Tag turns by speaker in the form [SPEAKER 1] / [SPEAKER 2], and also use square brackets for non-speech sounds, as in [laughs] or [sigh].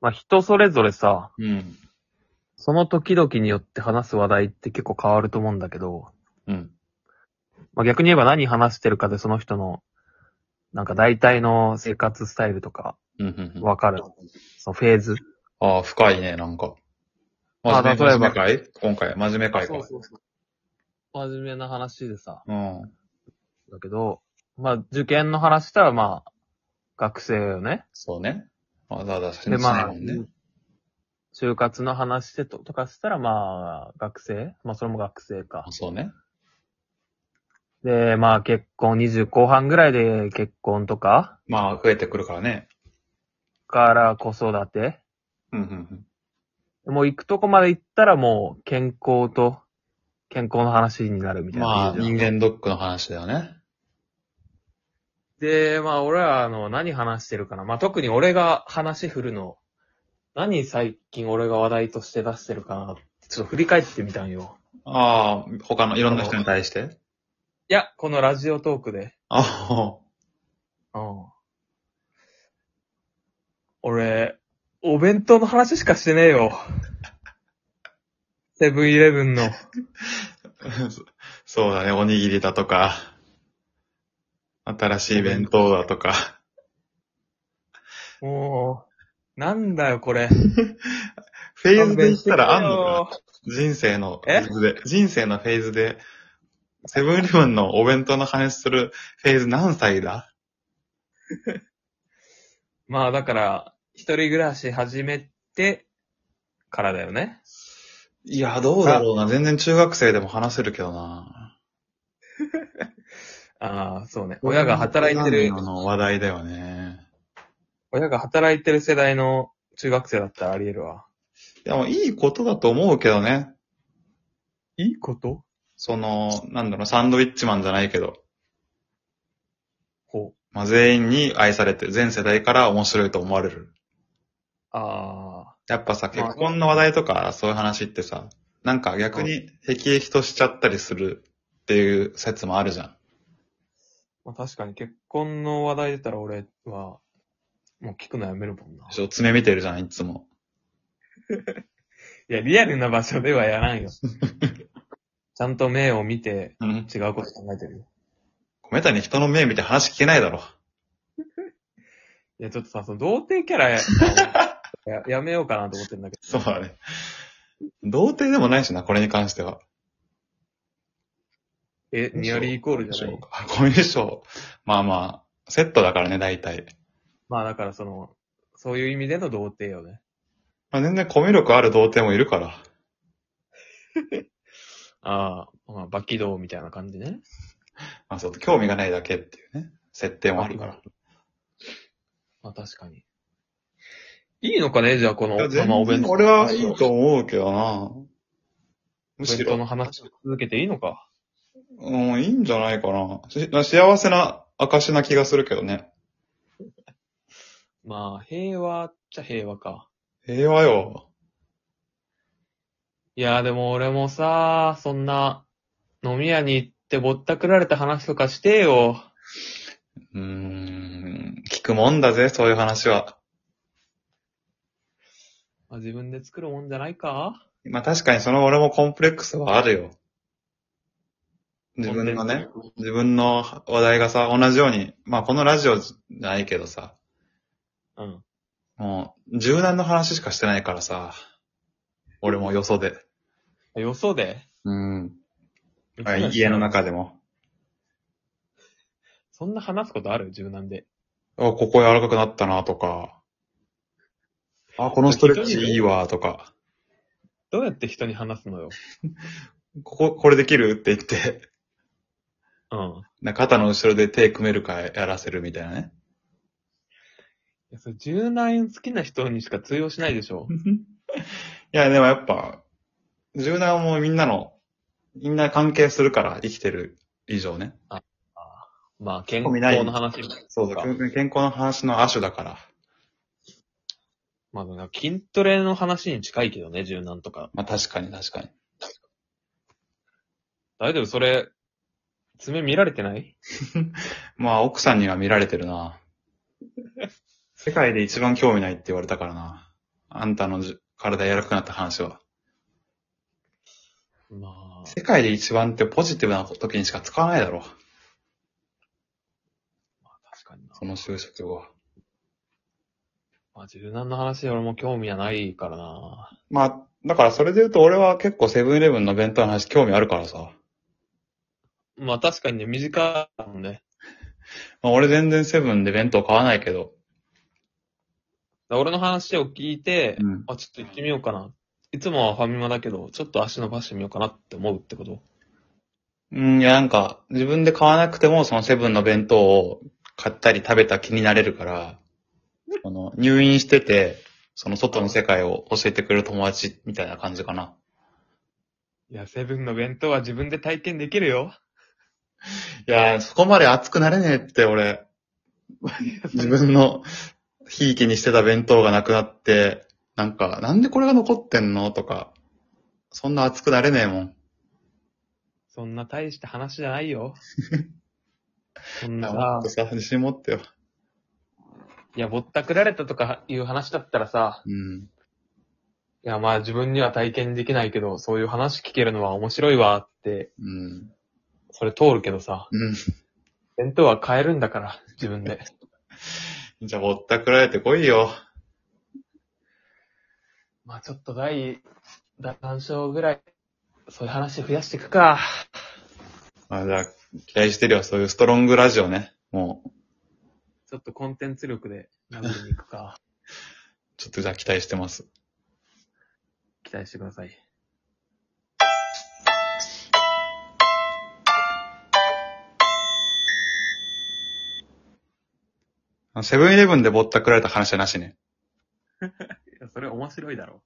[SPEAKER 1] まあ人それぞれさ、
[SPEAKER 2] うん。
[SPEAKER 1] その時々によって話す話題って結構変わると思うんだけど、
[SPEAKER 2] うん。
[SPEAKER 1] まあ逆に言えば何話してるかでその人の、なんか大体の生活スタイルとか
[SPEAKER 2] うんうんうん。
[SPEAKER 1] わかる。そのフェーズ。
[SPEAKER 2] ああ、深いね、なんか。
[SPEAKER 1] あ
[SPEAKER 2] 真面目
[SPEAKER 1] 例えば
[SPEAKER 2] 真面目会今回、真面目会か。
[SPEAKER 1] そうそう。真面目な話でさ、
[SPEAKER 2] うん。
[SPEAKER 1] だけど、まあ受験の話したらまあ、学生よね。
[SPEAKER 2] そうね。わざわざし
[SPEAKER 1] で
[SPEAKER 2] ない
[SPEAKER 1] まあ
[SPEAKER 2] もんね。、
[SPEAKER 1] 就活の話してととかしたらまあ、学生まあそれも学生か。
[SPEAKER 2] そうね。
[SPEAKER 1] で、まあ結婚20後半ぐらいで結婚とか、
[SPEAKER 2] まあ、増えてくるからね。
[SPEAKER 1] から子育て。
[SPEAKER 2] うんうん
[SPEAKER 1] もう行くとこまで行ったらもう健康と、健康の話になるみ
[SPEAKER 2] う
[SPEAKER 1] たい
[SPEAKER 2] ん。
[SPEAKER 1] な。
[SPEAKER 2] まあ、人間ドックの話だよね。
[SPEAKER 1] で、まあ俺はあの、何話してるかな。まあ特に俺が話振るの、何最近俺が話題として出してるかなって、ちょっと振り返ってみたんよ。
[SPEAKER 2] ああ、他のいろんな人に対して。
[SPEAKER 1] いや、このラジオトークで。
[SPEAKER 2] あ
[SPEAKER 1] うん。俺、お弁当の話しかしてねえよ。セブンイレブンの。
[SPEAKER 2] あ、そそうだね。おにぎりだとか、新しい弁当だとか。
[SPEAKER 1] もう、なんだよこれ。
[SPEAKER 2] フェーズで言ったらあんのかな
[SPEAKER 1] よ
[SPEAKER 2] 人生のフ
[SPEAKER 1] え
[SPEAKER 2] ェーズで、人生のフェーズで、セブンイレブンのお弁当の話するフェーズ何歳だ
[SPEAKER 1] まあだから、一人暮らし始めてからだよね。
[SPEAKER 2] いや、ど
[SPEAKER 1] うだろ
[SPEAKER 2] うな。全然中学生でも話せるけどな。
[SPEAKER 1] ああ、そうね。親が働いてる
[SPEAKER 2] あ、の話題だよね。
[SPEAKER 1] 親が働いてる世代の中学生だったらあり得るわ。
[SPEAKER 2] いや、もういいことだと思うけどね。
[SPEAKER 1] いいこと
[SPEAKER 2] その、なんだろう、サンドウィッチマンじゃないけど、
[SPEAKER 1] ほう。
[SPEAKER 2] まあ、全員に愛されて、全世代から面白いと思われる。
[SPEAKER 1] ああ、
[SPEAKER 2] やっぱさ、
[SPEAKER 1] まあ
[SPEAKER 2] 結婚の話題とか、そういう話ってさ、なんか逆に、辟易としちゃったりするっていう説もあるじゃん。
[SPEAKER 1] まあ確かに結婚の話題出たら俺は、もう聞くのやめるもんな。
[SPEAKER 2] ちょ爪見てるじゃん、いつも。
[SPEAKER 1] いや、リアルな場所ではやら [laughs] んよ。ちゃんと目を見て
[SPEAKER 2] うん。
[SPEAKER 1] 違うこと考えてるよ。
[SPEAKER 2] めたに人の目見て話聞けないだろ。
[SPEAKER 1] いや、ちょっとさ、その童貞キャラやややめようかなと思ってるんだけど。
[SPEAKER 2] そうだね。童貞でもないしな、これに関しては。
[SPEAKER 1] え、ニアリーイコールじゃない
[SPEAKER 2] コミュ障かコミュ障。まあまあ、セットだからね、大体。
[SPEAKER 1] まあだからその、そういう意味での童貞よね。
[SPEAKER 2] まあ、全然コミュ力ある童貞もいるから。
[SPEAKER 1] ああ、まあ、バキドみたいな感じね。
[SPEAKER 2] まあ、そう、興味がないだけっていうね、設定もあるから。
[SPEAKER 1] まあ確かに。いいのかねじゃあこの、
[SPEAKER 2] いや全
[SPEAKER 1] まあお弁
[SPEAKER 2] 然
[SPEAKER 1] 当。
[SPEAKER 2] 俺はいいと思うけどな。
[SPEAKER 1] お
[SPEAKER 2] むし
[SPEAKER 1] 弁当
[SPEAKER 2] ろ、
[SPEAKER 1] の話を続けていいのか。
[SPEAKER 2] うん、いいんじゃないかな。し幸せな証な気がするけどね。
[SPEAKER 1] まあ、平和っちゃ平和か。
[SPEAKER 2] 平和よ。
[SPEAKER 1] いや、でも俺もさ、そんな、飲み屋に行ってぼったくられた話とかしてよ。
[SPEAKER 2] うーん、聞くもんだぜ、そういう話は。
[SPEAKER 1] まあ、自分で作るもんじゃないか
[SPEAKER 2] まあ確かにその俺もコンプレックスはあるよ。自分のね、。自分の話題がさ、同じように、まあこのラジオじゃないけどさ、
[SPEAKER 1] うん。
[SPEAKER 2] もう柔軟の話しかしてないからさ、俺もよそで。
[SPEAKER 1] よそで
[SPEAKER 2] うん。家の。中でも。
[SPEAKER 1] そんな話すことある柔軟で。
[SPEAKER 2] あ、ここ柔らかくなったなとか、あ、このストレッチいいわとか、
[SPEAKER 1] どうやって人に話すのよ。
[SPEAKER 2] ここ、これできるって言って、
[SPEAKER 1] うん。
[SPEAKER 2] な肩の後ろで手組めるかやらせるみたいなね。
[SPEAKER 1] いや、それ柔軟好きな人にしか通用しないでしょ。
[SPEAKER 2] [laughs] いや、でもやっぱ、柔軟もみんなの、みんな関係するから生きてる以上ね。
[SPEAKER 1] まあ、健康の話も
[SPEAKER 2] そうだ、
[SPEAKER 1] か。
[SPEAKER 2] 健健康の話の亜種だから。
[SPEAKER 1] まあ、なんか筋トレの話に近いけどね、柔軟とか。
[SPEAKER 2] まあ確かに確かに。
[SPEAKER 1] 大丈夫それ、爪見られてない
[SPEAKER 2] まあ [laughs] 奥さんには見られてるな。世界で一番興味ないって言われたからな。あんたのじ体柔らかくなった話は。
[SPEAKER 1] まあ、
[SPEAKER 2] 世界で一番ってポジティブな時にしか使わないだろう。
[SPEAKER 1] 確かにな。
[SPEAKER 2] その就職後は。
[SPEAKER 1] まあ、柔軟な話俺も興味はないからな。
[SPEAKER 2] まあ、だからそれで言うと俺は結構セブンイレブンの弁当の話興味あるからさ。
[SPEAKER 1] まあ確かにね、短いもんね。
[SPEAKER 2] まあ、俺全然セブンで弁当買わないけど。
[SPEAKER 1] だから俺の話を聞いて、
[SPEAKER 2] ん。
[SPEAKER 1] あ、ちょっと行ってみようかな。いつもはファミマだけど、ちょっと足伸ばしてみようかなって思うってこと
[SPEAKER 2] うん、いやなんか、自分で買わなくてもそのセブンの弁当を買ったり食べた気になれるから、この入院してて、その外の世界を教えてくれる友達みたいな感じかな。
[SPEAKER 1] いや、セブンの弁当は自分で体験できるよ。
[SPEAKER 2] いやー、そこまで熱くなれねえって俺。自分のひいきにしてた弁当がなくなって、なんか、なんでこれが残ってんのとか、そんな熱くなれねえもん。
[SPEAKER 1] そんな大した話じゃない [laughs] よ。そんな
[SPEAKER 2] も
[SPEAKER 1] さ
[SPEAKER 2] っと、さ、自信持ってよ。
[SPEAKER 1] いや、ぼったくられたとかいう話だったらさ、
[SPEAKER 2] うん。
[SPEAKER 1] いや、まあ自分には体験できないけど、そういう話聞けるのは面白いわって、
[SPEAKER 2] うん。
[SPEAKER 1] それ通るけどさ、
[SPEAKER 2] うん。
[SPEAKER 1] 弁当は買えるんだから、自分 [laughs] で。
[SPEAKER 2] じゃあ、ぼったくられてこいよ。
[SPEAKER 1] まあちょっと第、第3章ぐらい、そういう話増やしていくか。
[SPEAKER 2] まあ、じゃあ、期待してるよ。そういうストロングラジオね。もう、
[SPEAKER 1] ちょっとコンテンツ力で殴りに行くか。
[SPEAKER 2] ちょっとじゃあ期待してます。
[SPEAKER 1] 期待してください。
[SPEAKER 2] セブンイレブンでぼったくられた話はなしね。
[SPEAKER 1] いや、それ面白いだろ。